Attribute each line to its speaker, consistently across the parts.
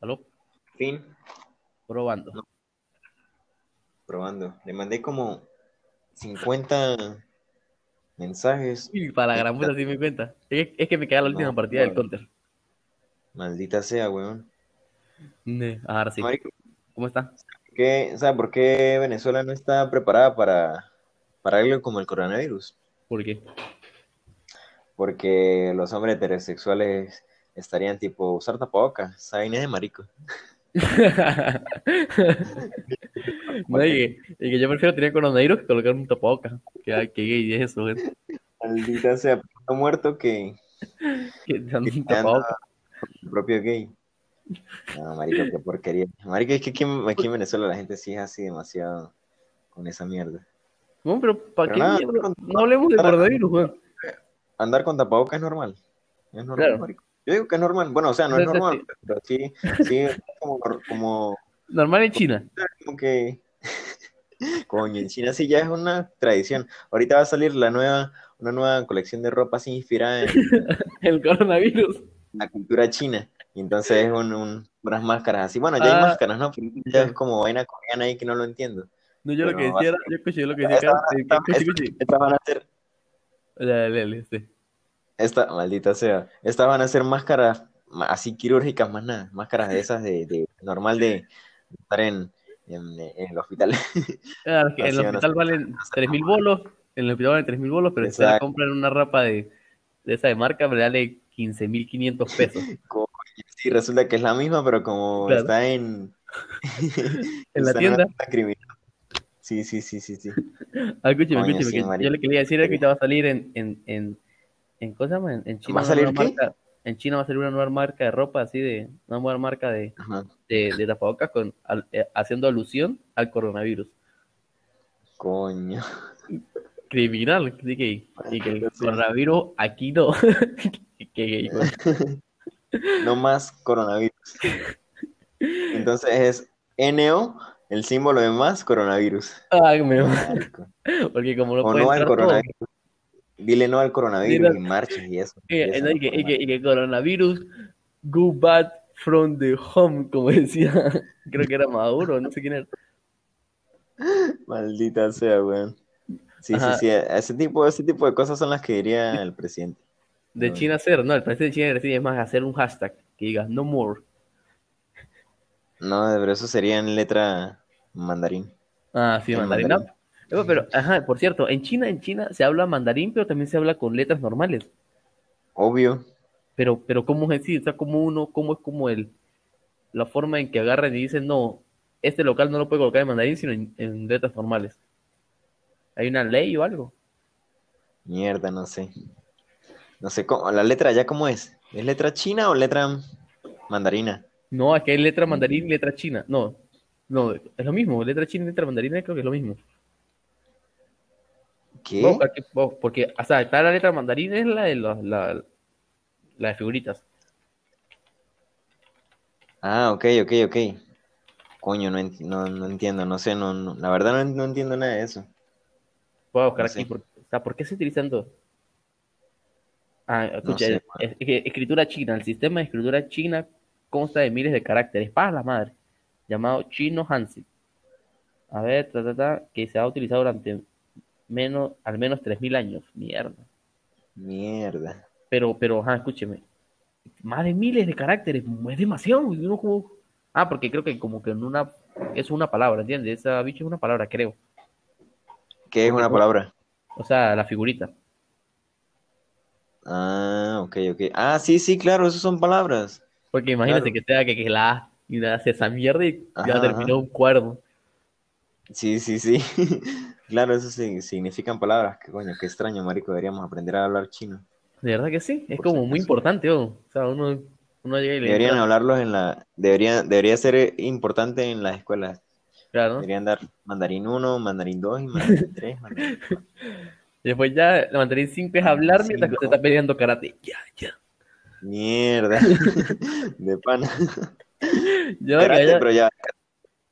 Speaker 1: ¿Aló?
Speaker 2: Fin,
Speaker 1: Probando.
Speaker 2: probando. Le mandé como 50 mensajes.
Speaker 1: Y para la gran puta sí me cuenta. Es, es que me queda la última
Speaker 2: No,
Speaker 1: partida del
Speaker 2: bueno.
Speaker 1: counter.
Speaker 2: Maldita sea, weón.
Speaker 1: Ne, Ah, Ahora sí.
Speaker 2: Marico,
Speaker 1: ¿Cómo está?
Speaker 2: ¿qué- ¿Sabe por qué Venezuela no está preparada para, para algo como el coronavirus?
Speaker 1: ¿Por qué?
Speaker 2: Porque los hombres heterosexuales estarían tipo usar tapabocas. Esa vaina es de marico.
Speaker 1: no, y que, y que yo prefiero tener coronavirus que colocar un tapabocas. Que, que gay es eso, güey.
Speaker 2: Maldita sea, está muerto que
Speaker 1: Que te dan
Speaker 2: que
Speaker 1: un
Speaker 2: te anda
Speaker 1: tapabocas.
Speaker 2: el propio gay. No, marico, qué porquería. Marico, es que aquí, aquí en Venezuela la gente sí es así demasiado con esa mierda.
Speaker 1: No, pero ¿para
Speaker 2: Pero
Speaker 1: qué
Speaker 2: nada,
Speaker 1: mierda?
Speaker 2: no,
Speaker 1: No hablemos de
Speaker 2: para-
Speaker 1: coronavirus, güey.
Speaker 2: Andar con tapabocas es normal. Es normal,
Speaker 1: Claro.
Speaker 2: marico. Yo digo que es normal. Bueno, o sea, no es
Speaker 1: No, no,
Speaker 2: normal, pero sí, sí, es como, como,
Speaker 1: Normal en China.
Speaker 2: como que... Coño, en China sí ya es una tradición. Ahorita va a salir la nueva, una nueva colección de ropa así inspirada en
Speaker 1: El coronavirus.
Speaker 2: la cultura china. Y entonces es un, un- unas máscaras así. Bueno, ya hay
Speaker 1: Ah.
Speaker 2: máscaras, ¿no? Pero ya es como vaina coreana ahí que no lo entiendo.
Speaker 1: No, yo lo que
Speaker 2: Pero
Speaker 1: decía era, yo escuché lo que decía
Speaker 2: Esta-
Speaker 1: Carlos. eh,
Speaker 2: esta-
Speaker 1: escuché, escuché.
Speaker 2: Estas van a ser,
Speaker 1: Dale, dale, sí.
Speaker 2: esta, maldita sea, estas van a ser máscaras ma- así quirúrgicas, más nada, máscaras de esas de, de- normal de estar en, en- en el hospital.
Speaker 1: Ah, es que En
Speaker 2: Así
Speaker 1: el
Speaker 2: van a
Speaker 1: hospital
Speaker 2: ser.
Speaker 1: valen 3.000 bolos, en el hospital valen 3.000 bolos, pero si te la
Speaker 2: Exacto.
Speaker 1: compran una rapa de, de esa de marca, pues, me vale 15.500 pesos.
Speaker 2: Sí, resulta que es la misma, pero como
Speaker 1: Claro.
Speaker 2: está en,
Speaker 1: En la
Speaker 2: está en una
Speaker 1: tienda.
Speaker 2: tienda criminal. Sí, sí, sí, sí, sí.
Speaker 1: Ah, escúcheme,
Speaker 2: Coño,
Speaker 1: escúcheme,
Speaker 2: sí,
Speaker 1: que
Speaker 2: marico.
Speaker 1: yo lo que le iba a decir era que ahorita va a salir en, en, en, en ¿cómo se llama? En, en China.
Speaker 2: ¿Va a
Speaker 1: una
Speaker 2: salir
Speaker 1: nueva
Speaker 2: qué?
Speaker 1: marca- en China va a salir una nueva marca de ropa, así de, una nueva marca de,
Speaker 2: Ajá.
Speaker 1: de, de tapabocas con, al- eh, haciendo alusión al coronavirus.
Speaker 2: Coño.
Speaker 1: Criminal, así que, y que el
Speaker 2: Sí.
Speaker 1: coronavirus aquí no. Qué gay, güey.
Speaker 2: No más coronavirus. Entonces es NO, el símbolo de más coronavirus.
Speaker 1: Ay, me
Speaker 2: Marico.
Speaker 1: Porque como no
Speaker 2: O
Speaker 1: puede
Speaker 2: no al
Speaker 1: entrar todo,
Speaker 2: coronavirus. Dile no al coronavirus
Speaker 1: Dile-
Speaker 2: y marchas y eso.
Speaker 1: eh,
Speaker 2: Y eso,
Speaker 1: no,
Speaker 2: no,
Speaker 1: y que, y que- y
Speaker 2: coronavirus.
Speaker 1: que coronavirus, go bad from the home, como decía, creo que era Maduro, no sé quién era.
Speaker 2: Maldita sea, weón. Sí,
Speaker 1: Ajá.
Speaker 2: sí, sí. Ese tipo, ese tipo de cosas son las que diría el presidente.
Speaker 1: De
Speaker 2: No,
Speaker 1: China hacer, no, el presidente de China era así, es más hacer un hashtag que diga no more.
Speaker 2: No, pero eso sería en letra mandarín.
Speaker 1: Ah, sí,
Speaker 2: En
Speaker 1: mandarín.
Speaker 2: mandarín.
Speaker 1: No, pero, ajá, por cierto, en China, en China se habla mandarín, pero también se habla con letras normales.
Speaker 2: Obvio.
Speaker 1: Pero, pero ¿cómo es así? O sea, como uno, cómo es como el, la forma en que agarran y dicen, no, este local no lo puede colocar en mandarín, sino en, en letras normales. ¿Hay una ley o algo?
Speaker 2: Mierda, no sé. No sé cómo. La letra ya cómo es. ¿Es letra china o letra mandarina?
Speaker 1: No, es que hay letra mandarín y letra china. No, no, es lo mismo. Letra china y letra mandarina creo que es lo mismo.
Speaker 2: ¿Qué?
Speaker 1: Voy a buscar que- voy- porque, o sea, está la letra mandarín, es la de los- la, la de figuritas.
Speaker 2: Ah, ok, ok, ok. Coño, no, enti- no, no entiendo, no sé, no, no- la verdad no, en- no entiendo nada de eso.
Speaker 1: Voy a buscar
Speaker 2: No sé.
Speaker 1: aquí. Por, o sea, ¿por qué se utilizan dos? Ah, escucha,
Speaker 2: sé,
Speaker 1: es- es- es que escritura china. El sistema de escritura china consta de miles de caracteres. Para la madre. Llamado chino Hansi. A ver, ta, ta, ta, que se ha utilizado durante menos, al menos 3.000 años. Mierda.
Speaker 2: Mierda.
Speaker 1: Pero, pero, ajá, escúcheme. Más de miles de caracteres, es demasiado. y uno como- Ah, porque creo que como que en una... Es una palabra, ¿entiendes? Esa bicho es una palabra, creo.
Speaker 2: ¿Qué es una palabra?
Speaker 1: O sea, la figurita.
Speaker 2: Ah, ok, ok. Ah, sí, sí, claro, eso son palabras.
Speaker 1: Porque imagínate
Speaker 2: Claro.
Speaker 1: que sea que, que la A y la hace esa mierda y ya
Speaker 2: Ajá,
Speaker 1: terminó un cuerno.
Speaker 2: Sí, sí, sí. Claro, eso sig- significan palabras. Qué coño, qué extraño, marico, deberíamos aprender a hablar chino.
Speaker 1: De verdad que sí, es
Speaker 2: Por
Speaker 1: como
Speaker 2: si
Speaker 1: muy
Speaker 2: acaso.
Speaker 1: importante, ¿no? O sea, uno, uno llega y le
Speaker 2: Deberían
Speaker 1: entra-
Speaker 2: hablarlos en la... Debería, debería ser importante en las escuelas.
Speaker 1: claro, ¿no?
Speaker 2: Deberían dar mandarín 1, mandarín 2 y mandarín 3. mandarín-
Speaker 1: Después ya el mandarín 5 es
Speaker 2: Ah,
Speaker 1: hablar mientras que usted
Speaker 2: Cinco.
Speaker 1: está peleando karate. Ya, ya.
Speaker 2: Mierda. De pana.
Speaker 1: Yo creo que
Speaker 2: Karate,
Speaker 1: allá-
Speaker 2: pero ya.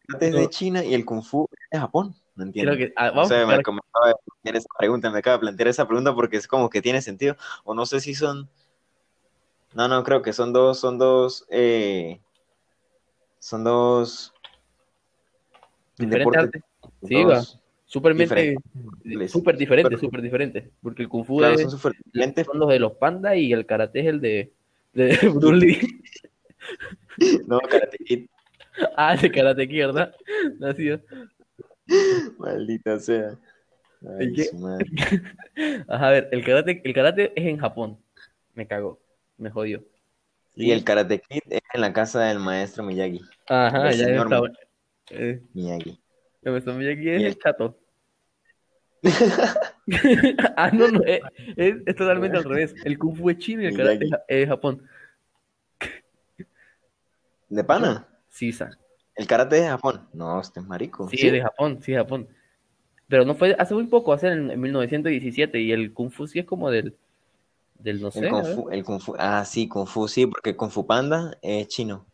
Speaker 2: Karate es
Speaker 1: No.
Speaker 2: de China y el Kung Fu es de Japón. No entiendo.
Speaker 1: creo que- ah,
Speaker 2: No
Speaker 1: vamos a
Speaker 2: sé, me
Speaker 1: buscar-
Speaker 2: acaba de plantear esa pregunta, me acaba de plantear esa pregunta porque es como que tiene sentido. O no sé si son. No, no, creo que son dos, son dos eh, Son dos
Speaker 1: Diferente
Speaker 2: deportes,
Speaker 1: arte. Sí, va.
Speaker 2: dos
Speaker 1: Supermente,
Speaker 2: diferentes.
Speaker 1: súper diferente,
Speaker 2: Súper-
Speaker 1: súper diferente. Porque el Kung Fu
Speaker 2: Claro,
Speaker 1: es-
Speaker 2: son súper diferentes.
Speaker 1: son los de los pandas y el karate es el de, de Bruce Lee.
Speaker 2: No, Karate Kid,
Speaker 1: Ah, el de Karate Kid, ¿verdad? Nacido.
Speaker 2: maldita sea. Ay,
Speaker 1: ¿Y qué?
Speaker 2: su madre.
Speaker 1: Ajá, a ver, el karate, el karate es en Japón. Me cagó, me jodió.
Speaker 2: Y el Karate Kid es en la casa del maestro Miyagi.
Speaker 1: Ajá,
Speaker 2: el
Speaker 1: ya
Speaker 2: señor
Speaker 1: está. Eh,
Speaker 2: Miyagi.
Speaker 1: el maestro Miyagi es
Speaker 2: Y el-
Speaker 1: el chato. ah, no, no, eh, es, es totalmente al revés. El Kung Fu es chino y el karate es,
Speaker 2: Miyagi.
Speaker 1: ja- es Japón.
Speaker 2: ¿De pana?
Speaker 1: Sisa.
Speaker 2: ¿El karate es de Japón? No, este es marico.
Speaker 1: Sí,
Speaker 2: ¿Sí?
Speaker 1: de Japón, sí, de Japón. Pero no fue hace muy poco, hace en, en 1917, y el Kung Fu sí es como del, del no sé.
Speaker 2: El Kung
Speaker 1: a ver.
Speaker 2: Fu, el Kung Fu- ah, sí, Kung Fu, sí, porque Kung Fu Panda es chino.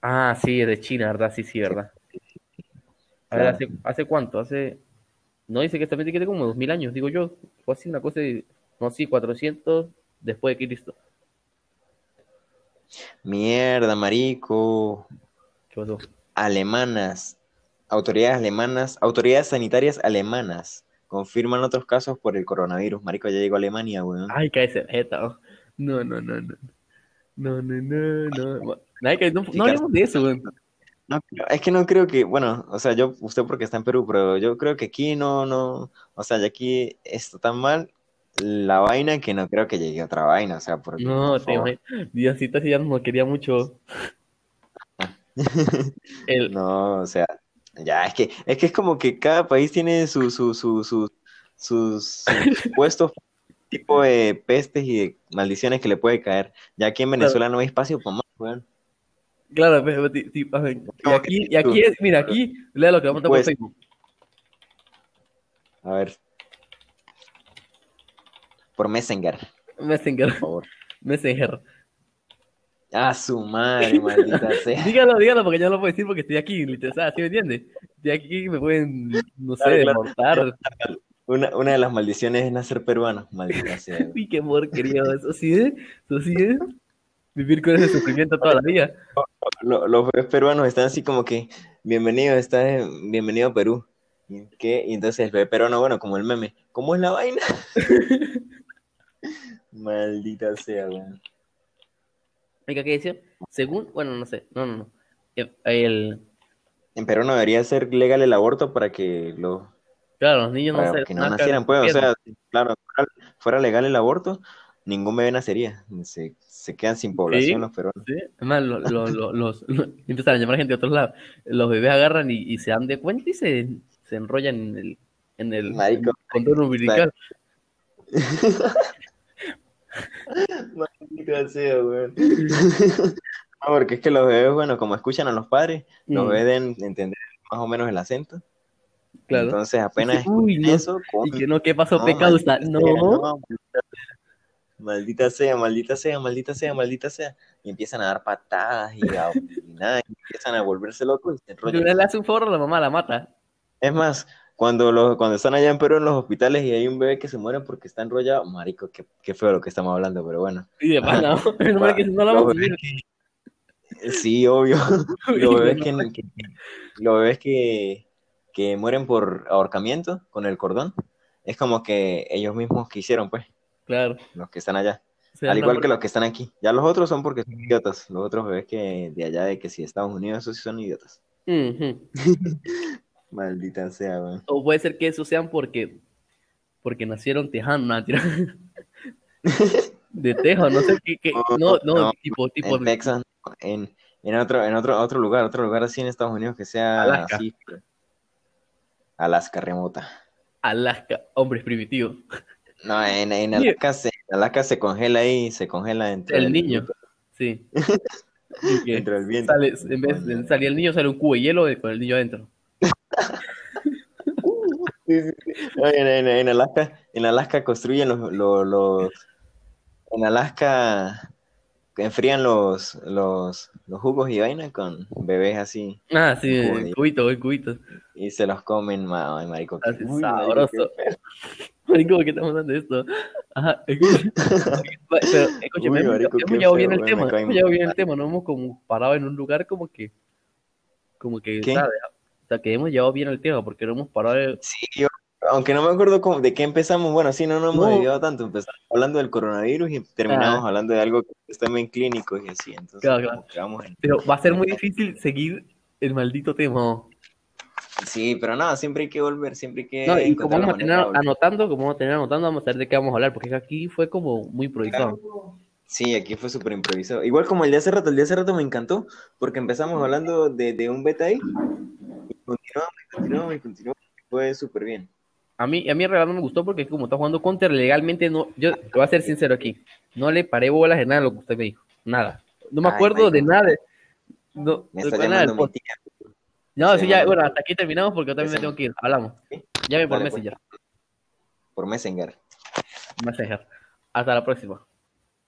Speaker 1: Ah, sí, es de China, ¿verdad? Sí, sí, ¿verdad? A ver,
Speaker 2: Claro.
Speaker 1: ¿hace, hace cuánto? Hace... No, dice que también tiene como 2000 años, digo yo. O así, una cosa de... No, sí, 400 después de Cristo.
Speaker 2: Mierda, marico.
Speaker 1: ¿Qué pasó?
Speaker 2: Alemanas. Autoridades alemanas, autoridades sanitarias alemanas confirman otros casos por el coronavirus. Marico, ya llegó a Alemania, weón.
Speaker 1: Ay, cae ese meta. oh". No, no, no, no. No, no, no, no. Ay, que no, no hablemos de eso, weón.
Speaker 2: No, creo- es que no creo que, bueno, o sea, yo, usted porque está en Perú, pero yo creo que aquí no, no, o sea, ya aquí está tan mal la vaina que no creo que llegue otra vaina, o sea, porque,
Speaker 1: No,
Speaker 2: por
Speaker 1: te
Speaker 2: favor. Ah.
Speaker 1: imagino. Diosito sí ya nos quería mucho. El,
Speaker 2: No, o sea, ya, es que, es que es como que cada país tiene su, su, su, su- sus supuestos tipo de pestes y de maldiciones que le puede caer. Ya aquí en Venezuela no hay espacio para más, weón.
Speaker 1: claro, pero, ti- ti- a ver, y
Speaker 2: Como
Speaker 1: aquí,
Speaker 2: que
Speaker 1: y aquí es, mira, aquí, lea lo que vamos a montar por
Speaker 2: Pues-
Speaker 1: Facebook.
Speaker 2: A ver. Por Messenger,
Speaker 1: pues, Messenger,
Speaker 2: por favor.
Speaker 1: Messenger.
Speaker 2: Ah, su madre, maldita sea.
Speaker 1: Dígalo, dígalo, porque yo no lo puedo decir porque estoy aquí, literal, o sea, ¿sí me entiendes? De aquí me pueden, no sé,
Speaker 2: Claro, claro.
Speaker 1: desmontar.
Speaker 2: Una, una de las maldiciones es nacer peruano, maldita sea. güey.
Speaker 1: Uy, qué porquería, eso sí es, eso sí es. Vivir con ese sufrimiento toda la vida.
Speaker 2: Lo- Los bebés peruanos están así como que, bienvenido, estás en- bienvenido a Perú. ¿Y qué? Y entonces el bebé peruano, bueno, como el meme, ¿cómo es la vaina? Maldita sea, weón.
Speaker 1: Oiga, ¿qué decía? Según, bueno, no sé, no, no, no. Eh, El,
Speaker 2: En Perú no debería ser legal el aborto para que los
Speaker 1: claro, los niños no
Speaker 2: para
Speaker 1: se
Speaker 2: que no nacieran, pues, o sea, claro, fuera, fuera legal el aborto, ningún bebé nacería. Se, se quedan sin población los peruanos.
Speaker 1: Sí, además, lo- lo- lo- los, los- empiezan a llamar gente de otros lados. Los bebés agarran y, y se dan de cuenta y se, se enrollan en el, en el
Speaker 2: Marico.
Speaker 1: condón umbilical.
Speaker 2: Maldita sea, weón. No, porque es que los bebés, bueno, como escuchan a los padres, los
Speaker 1: Mm,
Speaker 2: bebés deben entender más o menos el acento.
Speaker 1: claro.
Speaker 2: Entonces apenas
Speaker 1: Uy, no,
Speaker 2: escuchan eso,
Speaker 1: y
Speaker 2: comen.
Speaker 1: que no, ¿qué pasó?
Speaker 2: No,
Speaker 1: ¿Qué causa?
Speaker 2: maldita
Speaker 1: No,
Speaker 2: sea, no, Maldita sea, maldita sea, maldita sea, maldita sea. Y empiezan a dar patadas y a y nada, y empiezan a volverse locos y se
Speaker 1: porque
Speaker 2: enrollan.
Speaker 1: una le hace un favor a la mamá, la mata.
Speaker 2: Es más, cuando, los, cuando están allá en Perú en los hospitales y hay un bebé que se muere porque está enrollado, marico, qué, qué feo lo que estamos hablando, pero bueno.
Speaker 1: Y de pana, no, no,
Speaker 2: Va,
Speaker 1: que no la
Speaker 2: los
Speaker 1: vamos a
Speaker 2: bebés
Speaker 1: subir.
Speaker 2: que- Sí, obvio. Los bebés
Speaker 1: Uy,
Speaker 2: que, que- los bebés que, que mueren por ahorcamiento con el cordón, es como que ellos mismos quisieron, pues,
Speaker 1: Claro.
Speaker 2: los que están allá.
Speaker 1: Se
Speaker 2: Al
Speaker 1: dan
Speaker 2: igual
Speaker 1: una-
Speaker 2: que los que están aquí. Ya los otros son porque son idiotas. Los otros bebés que de allá, de que si Estados Unidos, esos sí son idiotas.
Speaker 1: Ujú.
Speaker 2: Maldita sea, weón.
Speaker 1: O puede ser que eso sean porque, porque nacieron tejanos, nada, tira. De Texas, no sé qué, qué- no, no,
Speaker 2: No,
Speaker 1: tipo, tipo,
Speaker 2: En Texas, no, en, en otro, en otro, otro lugar, otro lugar así en Estados Unidos que sea
Speaker 1: Alaska.
Speaker 2: así. pues. Alaska remota.
Speaker 1: Alaska, hombres primitivos.
Speaker 2: No, en, en
Speaker 1: Oye.
Speaker 2: Alaska se, en Alaska se congela ahí, se congela dentro
Speaker 1: El
Speaker 2: del-
Speaker 1: niño, sí. Y que
Speaker 2: Dentro del vientre.
Speaker 1: sale, en vez de salir el niño, sale un cubo de hielo de- con el niño adentro.
Speaker 2: Sí, sí, sí. No, en, en- en Alaska, en Alaska construyen los, los, los- en Alaska enfrían los, los, los jugos y vaina con bebés así
Speaker 1: Ah, sí,
Speaker 2: Un cubo de
Speaker 1: el
Speaker 2: hielo.
Speaker 1: cubito, el cubito.
Speaker 2: y se los comen, ma- ay, marico. qué-
Speaker 1: Así,
Speaker 2: uy, marico, qué
Speaker 1: sabroso. Marico, ¿por qué estamos hablando de esto? Ajá, escucha. Pero, escúchame,
Speaker 2: Uy,
Speaker 1: hemos,
Speaker 2: marico,
Speaker 1: hemos
Speaker 2: qué
Speaker 1: llevado
Speaker 2: feo,
Speaker 1: bien el
Speaker 2: güey, me
Speaker 1: tema,
Speaker 2: cae
Speaker 1: hemos llevado bien el tema, no hemos como parado en un lugar como que Como que,
Speaker 2: ¿Qué?
Speaker 1: ¿sabes? O sea, que hemos llevado bien el tema porque no hemos parado de-
Speaker 2: Sí, yo- aunque no me acuerdo cómo- de qué empezamos, bueno, sí, no nos hemos
Speaker 1: No.
Speaker 2: desviado tanto. Empezamos hablando del coronavirus y terminamos hablando de algo que está en clínicos y así. Entonces,
Speaker 1: Claro,
Speaker 2: como que vamos en-
Speaker 1: Pero va a ser muy difícil seguir el maldito tema. ¿no?
Speaker 2: Sí, pero nada, siempre hay que volver, siempre hay que
Speaker 1: No, y como
Speaker 2: encontrar la
Speaker 1: vamos a tener
Speaker 2: manera de volver.
Speaker 1: anotando, como vamos a tener anotando, vamos a saber de qué vamos a hablar, porque aquí fue como muy improvisado.
Speaker 2: Sí, aquí fue súper improvisado. Igual como el de hace rato, el de hace rato me encantó, porque empezamos hablando de, de un beta ahí, y continuamos, y continuamos, y continuamos, y fue súper bien.
Speaker 1: A mí, a mí el regalo me gustó porque como está jugando Counter legalmente, no, yo te voy a ser sincero aquí, no le paré bolas de nada a lo que usted me dijo, nada. No me
Speaker 2: Ay,
Speaker 1: acuerdo de
Speaker 2: Michael.
Speaker 1: nada. de- no,
Speaker 2: Me
Speaker 1: de
Speaker 2: está
Speaker 1: nada del
Speaker 2: llamando mi
Speaker 1: podcast.
Speaker 2: tía.
Speaker 1: No,
Speaker 2: está
Speaker 1: sí, ya,
Speaker 2: llamando.
Speaker 1: bueno, hasta aquí terminamos porque yo también me
Speaker 2: Ese-
Speaker 1: tengo que ir. Hablamos. Llame por
Speaker 2: Dale, pues.
Speaker 1: Messenger.
Speaker 2: por Messenger.
Speaker 1: Messenger. Hasta la próxima.